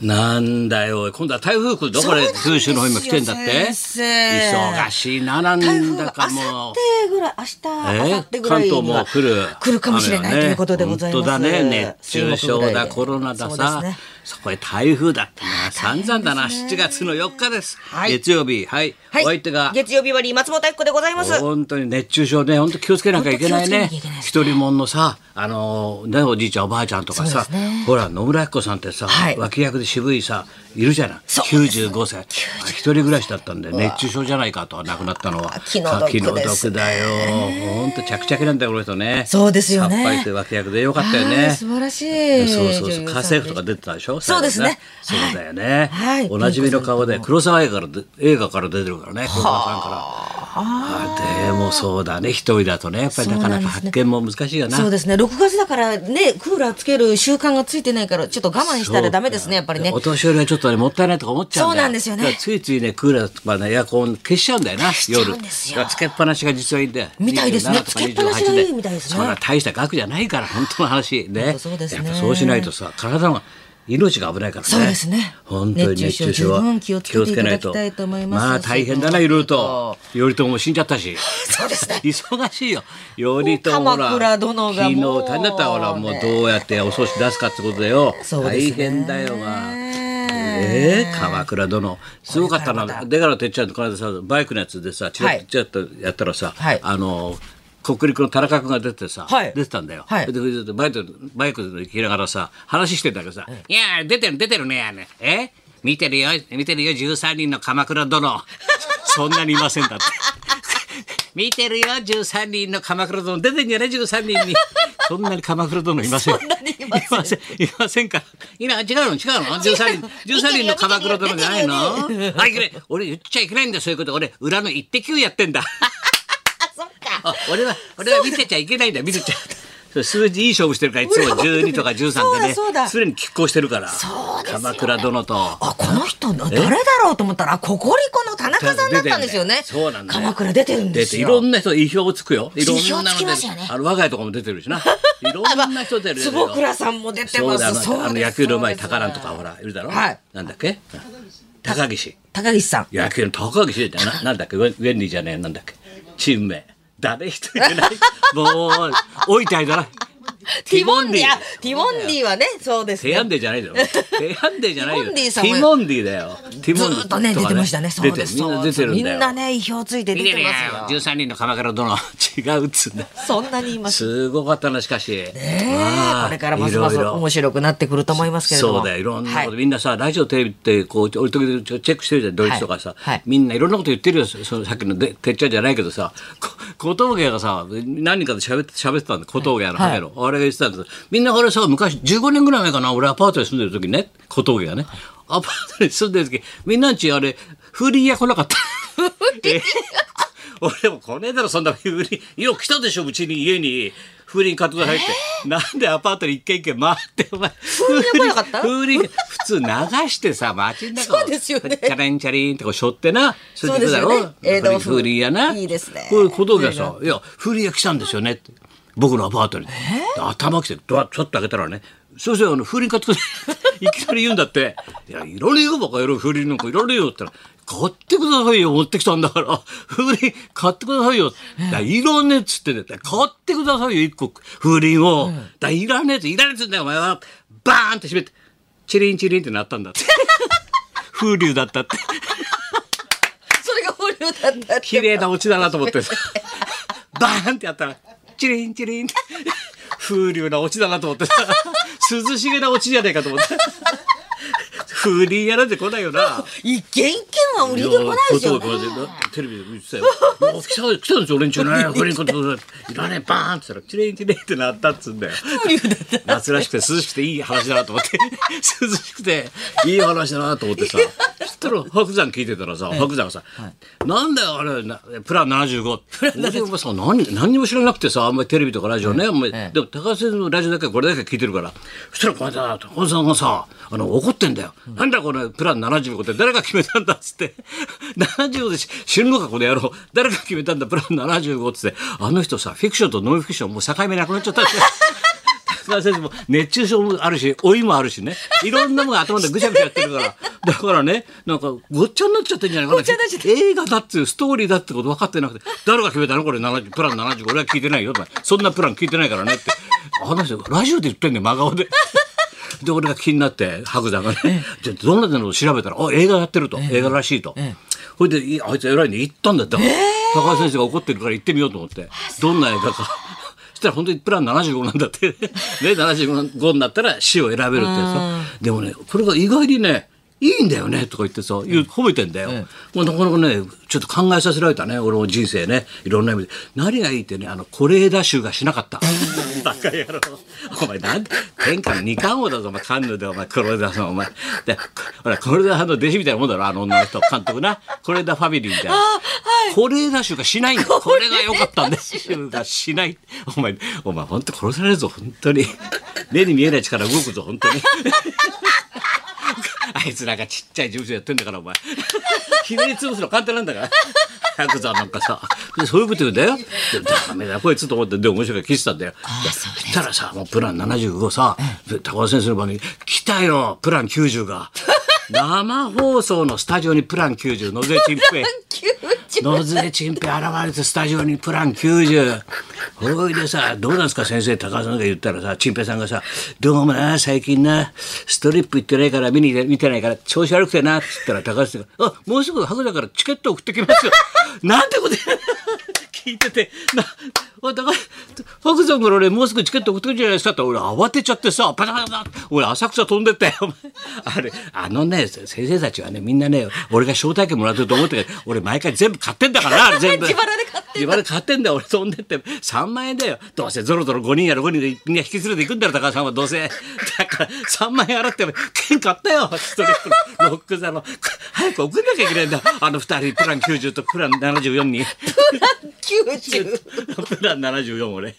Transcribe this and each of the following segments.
なんだよ、今度は台風来るとこれ、そう九州の方なん今です来よてんだって。先生忙しいな、なん台風だがかあもさうっ。てぐらい、明日、えあさってぐらいには関東も来る来るかもしれない、雨はねということでございます。本当だね熱中水木ぐ症らだいでコロナだそさうそ,、ですねこへ台風だってな散々だな、7月の4日です、はい月曜日はい、はい、お相手が月曜日はリー松本明子でございます。本当に熱中症ね本当気をつけなきゃいけないね本当気をつけなきゃいけないです一人もんのさあのねおじいちゃんおばあちゃんとかさ、そうですねほら野村彦さんってさ、はい脇役で渋いさいるじゃないそうです95歳一人暮らしだったんで熱中症じゃないかと亡くなったのは気の毒ですね気の毒だよ本当着々なんだよこの人ねそうですよねさっぱりという脇役でよかったよはねい素晴らしいそうそう女優そさんうで家政婦とか出てたでしょそうですね最後そうだよね、はいはいおなじみの顔で黒沢映画からで映画から出てるからね黒沢さんから。あでもそうだね一人だとねやっぱりなかなか発見も難しいよなそうですね、6月だからね、クーラーつける習慣がついてないから、ちょっと我慢したらダメですね、やっぱりねお。年寄りはちょっとねもったいないとか思っちゃうんだそうなんですよねだからついついねクーラーとかねエアコン消しちゃうんだよなしちゃ夜うんですよだからつけっぱなしが実はいいんだよみたいですね27とかつけっぱなしがいい28みたいですねそんな大した額じゃないから本当の話本ね当そうですねやっぱそうしないとさ体が命が危ないからねそうですね本当に熱中症は熱中症十分気をつけていただきたいと思いますまあ大変だなそういいうころいろとと頼朝も死んじゃったしそうですね。 忙しいよ頼朝ほ鎌ら倉殿が昨日もう大変だったほらもうどうやってお葬式出すかってことだよそうです大ね変だよが。えええ鎌倉殿すごかったな出川哲ちゃんとこの間さバイクのやつでさチラッチラッとやったらさ、はいあの北陸の田中君が出てさ、はい出てたんだよ、はいででバイクバイクで行きながらさ話してんだけどさ「いやー出てる出てるねあのえ見てるよ見てるよ13人の鎌倉殿そんなにいませんだって」見てるよ13人の鎌倉殿出てんじゃない13人 にそんなに鎌倉殿いませんそんなにいませいんませんいませんかいや違う の違うの13人13人の鎌倉殿じゃないのあいけない俺言っちゃいけないんだそういうこと俺裏の一滴をやってん だあ、そっか。俺は俺は見てちゃいけないんだ見てちゃそう数字いい勝負してるからい つも12とか13でねそうだそう常だに拮抗してるからそうですよね鎌倉殿とあ、この人、誰だろうと思ったら、あココリコの田中さんだったんですよね。そうなんだよ鎌倉出てるんです出ていよ。ろんな人意表をつくよいろん意な表のつきますよねあの若いとかも出てるし ないろんな人出るよ坪倉さんも出てそうまだあす。のそうあのです野球のうまいそうです高蘭とかほらいるだろ、はいなんだっけ高岸高岸さん。野球の高岸だよななんだっけウェンウェンリーじゃねえなんだっけチーム名誰一人いない もう置いてあいだなティモンディ。ティモンディあティモンディはね、そうですテねヤン。ディじゃないだろ。テヤンディじゃないよ。ティモンテディさんもィモンディだよ。ティずモンディーっとね、か出てましたね。そうです。出てるみんな出てるんだよ。みんなね、意表ついて出見ててねますよ。 13人の鎌倉殿違うっつうんだそんなにいます。すごかったなしかし、ねまあえこれからますまいすろいろ面白くなってくると思いますけれども。そうだよいろんなこと、はいみんなさラジオテレビってこう俺時々チェックしてるじゃんドイツとかさ、はいはいみんないろんなこと言ってるよそそのさっきのでてっちゃんじゃないけどさこ小峠がさ何人かと喋って喋ってたんだ小峠あのはい早野、あれが言ってたんだけどみんなこれさ昔15年ぐらい前かな俺アパートに住んでる時ね小峠がねアパートに住んでる時みんなのちあれフーリーが来なか った。え俺もこねえだろそんな風鈴よく来たでしょうちに家に風鈴買ってくださいって、なんでアパートに一軒一軒回ってお前風鈴来なかった風鈴普通流してさ街の中をそうですよねチャリンチャリンってこうしょってなそれで行くだろそうですよね江戸風風鈴やないいですねこれ小峠がさ「いや風鈴が来たんですよね」って僕のアパートに、頭来てドアちょっと開けたらねそうそうあの風鈴買ってくださ いいきなり言うんだって「いやいろいろ言うばかいろいろ風鈴なんかいろいろ言う」って言ったら「買ってくださいよ持ってきたんだから風鈴買ってくださいよ」だからいらねえ」っつってね「だから買ってくださいよ一個風鈴を」だからいらねえ」って「いらねえ」っつってんだよお前はバーンって閉めてチリンチリンってなったん だって風流だったってそれが保留だったって。綺麗なオチだなと思ってさ バーンってやったらチリンチリンって風流なオチだなと思ってさ涼しげなオチじゃねえかと思って風鈴やらんてこないよな。一軒一軒は売りで来ないですよね。いや小峠がテレビで言ってたよ。いや来た来たんですよ、連中ね。 風鈴買ってください。いらねえ、バーンって言ったら、チリンチリンってなったっつうんだよ。 夏らしくて涼しくていい話だなと思って、 涼しくていい話だなと思ってさ、そしたら白山聞いてたらさ、白山がさ、なんだよ、あれ、なプラン75。俺もさ、何、何にも知らなくてさ、あんまりテレビとかラジオね、あんまりええでも高橋先生のラジオだけはこれだけは聞いてるから、そしたらこの間、高橋さんがさ、あの、怒ってんだよ。なんだこのプラン75って誰が決めたんだっつって、75でし死ぬのかこの野郎、誰が決めたんだプラン75っつって、あの人さ、フィクションとノンフィクションもう境目なくなっちゃったって。川先生も熱中症もあるし老いもあるしねいろんなものが頭でぐちゃぐちゃやってる からだからねなんかごっちゃになっちゃってんじゃないかなごっちゃになっちゃって映画だっていうストーリーだってこと分かってなくて誰が決めたのこれ70プラン75俺は聞いてないよとかそんなプラン聞いてないからねって話してラジオで言ってんね真顔 で。で俺が気になって白山がねじゃあどんなのを調べたらあ映画やってると映画らしいとほいでいあいつ偉いね行ったんだって高橋先生が怒ってるから行ってみようと思ってどんな映画か。そしたら本当にプラン75なんだ ってねね75になったら死を選べるってさでもねこれが意外にねいいんだよねとか言ってさ、言う褒めてんだよ、もうなかなかねちょっと考えさせられたね俺の人生ねいろんな意味で何がいいってねあの是枝集がしなかったバカ野郎お前なんで天下の二冠王だぞお前カンヌでお前黒枝さんお前でほら是枝さんの弟子みたいなもんだろあの女の人監督な是枝ファミリーみたいな是枝集がし ないんだこれが良かったんだよ 集がしないお前お前本当殺されるぞ本当に目に見えない力動くぞ本当に。 あいつなんかちっちゃい事務所やってんだからお前 ひねり潰すの簡単なんだからヤクザなんかさでそういうこと言うんだよでダメだこいつと思ってで面白いから聞いてたんだよでそしたらさもうプラン75さ、で高田先生の番組「来たよプラン90が」生放送のスタジオにプラン90野添チン ペイ野津チンペ現れてスタジオにプラン90ほいでさどうなんですか先生高橋さんが言ったらさチンペイさんがさ「どうもな最近なストリップ行ってないから見に見てないから調子悪くてな」っつったら高橋さんが「あもうすぐ白だからチケット送ってきますよ」なんてこと言う聞いてて「なお高橋白山から俺もうすぐチケット送ってくるじゃないですか」って俺慌てちゃってさパタパタパタ俺浅草飛んでったよ お前あれあのね先生たちはねみんなね俺が招待券もらってると思ってるけど俺毎回全部買ってんだからあれ全部 自腹で買ってんだ自腹で買ってんだよ俺飛んでって3万円だよどうせゾロゾロ5人や6人でみんな引き連れて行くんだろ高橋さんはどうせだから3万円払って券買ったよストレップのロック座の早く送んなきゃいけないんだあの2人プラン90とプラン74に。 90プラン74俺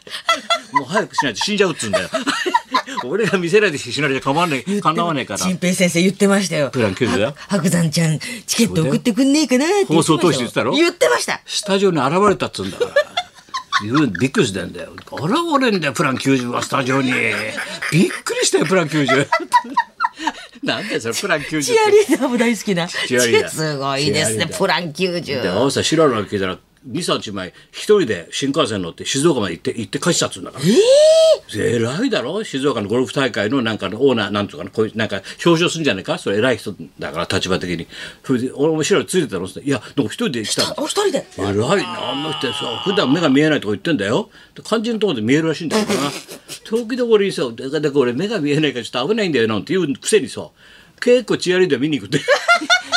もう早くしないと死んじゃうっつうんだよ俺が見せないでしないで構わないかなわねえから新平先生言ってましたよプラン90だよは白山ちゃんチケット送ってくんねえかなって言ってましたよ放送通して言ってたろ言ってましたスタジオに現れたっつうんだから。言うびっくりしたんだよ。現れんだよ、プラン90はスタジオに。びっくりしたよ、プラン90。なんだよ、それ、プラン90って。チアリーダーも大好きなアリーダーすごいですチねアリーダープランで90青さ白の聞いたら23日前一人で新幹線乗って静岡まで行って行って帰したっつうんだから。え偉いだろ静岡のゴルフ大会のなんかのオーナーなんとかのこういうなんか表彰するんじゃないかそれ偉い人だから立場的にそれで俺も白についてたのっつっていやでも一人で来たんだお一人で偉いなあの人さ普段目が見えないとか言ってんだよで肝心のところで見えるらしいんだよな 時々俺にさ「だからだから俺目が見えないからちょっと危ないんだよ」なんて言うくせにさ結構チアリーダー見に行くって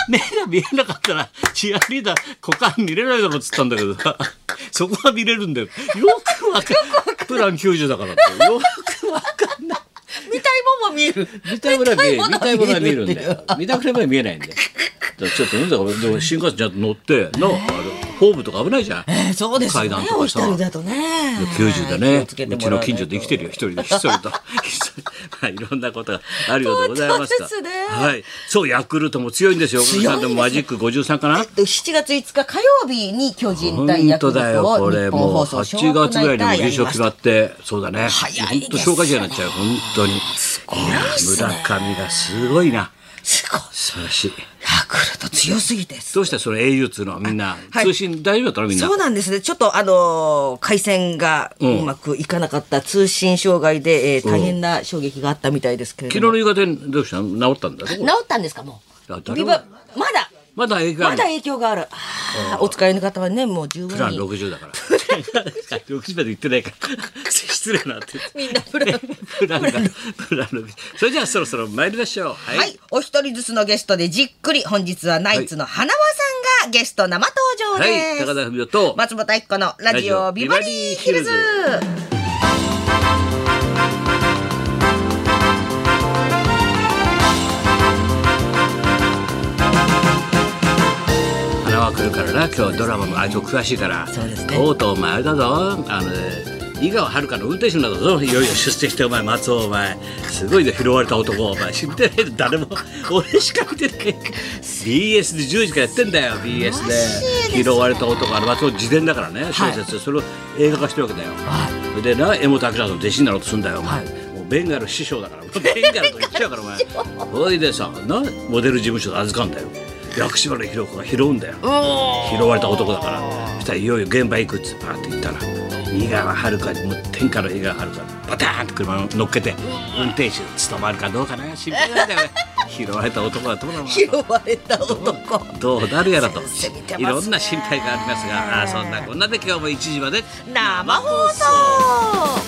目が見えなかったらチアリーダー股間見れないだろっつったんだけどさそこは見れるんだよよくわかんプラン90だからってよくわかんない見たいもんは見える見たいものは見える見たいものは見えるんだっていうよ見たくれば見えないんだよだからちょっとなんだからでも新幹線ちゃんと乗ってなあのホームとか危ないじゃんえーそうですよ階ね段とかお一さ人だとね90でね気をつけてうもちらのわないと近所で生きてるよ一人で ひっそ りとひっそりまあいろんなことがあるようでございました本当ですねはいそうヤクルトも強いんですよ岡田さんでもマジック53かなえっと7月5日火曜日に巨人対ヤク本ル当だよトをこ日れ本もう放送8月ぐらいにも優勝決まっってそうだね早いで本す当消化試合になっちゃう本当にいやですね村上がすごいなすごい素晴らしいヤクルト強すぎですどうしたその au っつうのはみんな、はい通信大丈夫だったのみんなそうなんですね。ちょっとあのー回線がうんうまくいかなかった、通信障害で、えー大変な衝撃があったみたいですけれ昨日ども。の夕方にどうしたの治ったんだ治ろったんですかもあう。誰もリバまだまだ影響あまるだ影響がある。あーお疲れの方はねもう十プラ分ンに。 60だから60まで言ってないから失礼なってみんなプラン プランがプラン60それじゃあそろそろ参りましょうははい、お一人ずつのゲストでじっくり本日はナイツの花輪さんがゲスト生登場はい、です。高田文夫と松本一子のラジオビバリーヒルズ。花は来るからな今日ドラマもあいつも詳しいからそうですねとうとうお前あれだぞあのね井川遥の運転手なんだぞいよいよ出世してお前松尾お前すごいで拾われた男お前見てないの誰も 俺しか見てない BS で10時からやってんだよ BS ですでね拾われた男あれ松尾自伝だからね小説、それを映画化してるわけだよ、はでな柄本明の弟子になろうとするんだよお前、もうベンガル師匠だからベンガルと言っちゃうからお前ほいでさなモデル事務所で預かんだよ薬師丸ひろ子が拾うんだよ拾われた男だからそしたらいよいよ現場行くっつってパーって行ったら井川遥にもう天下の井川遥バターンって車に乗っけて運転手務まるかどうかな心配なんだよね 拾われた男はどうなのかな拾われた男。どうなるやらと先生見てますいねろんな心配がありますがあーそんなこんなで今日も1時まで生放送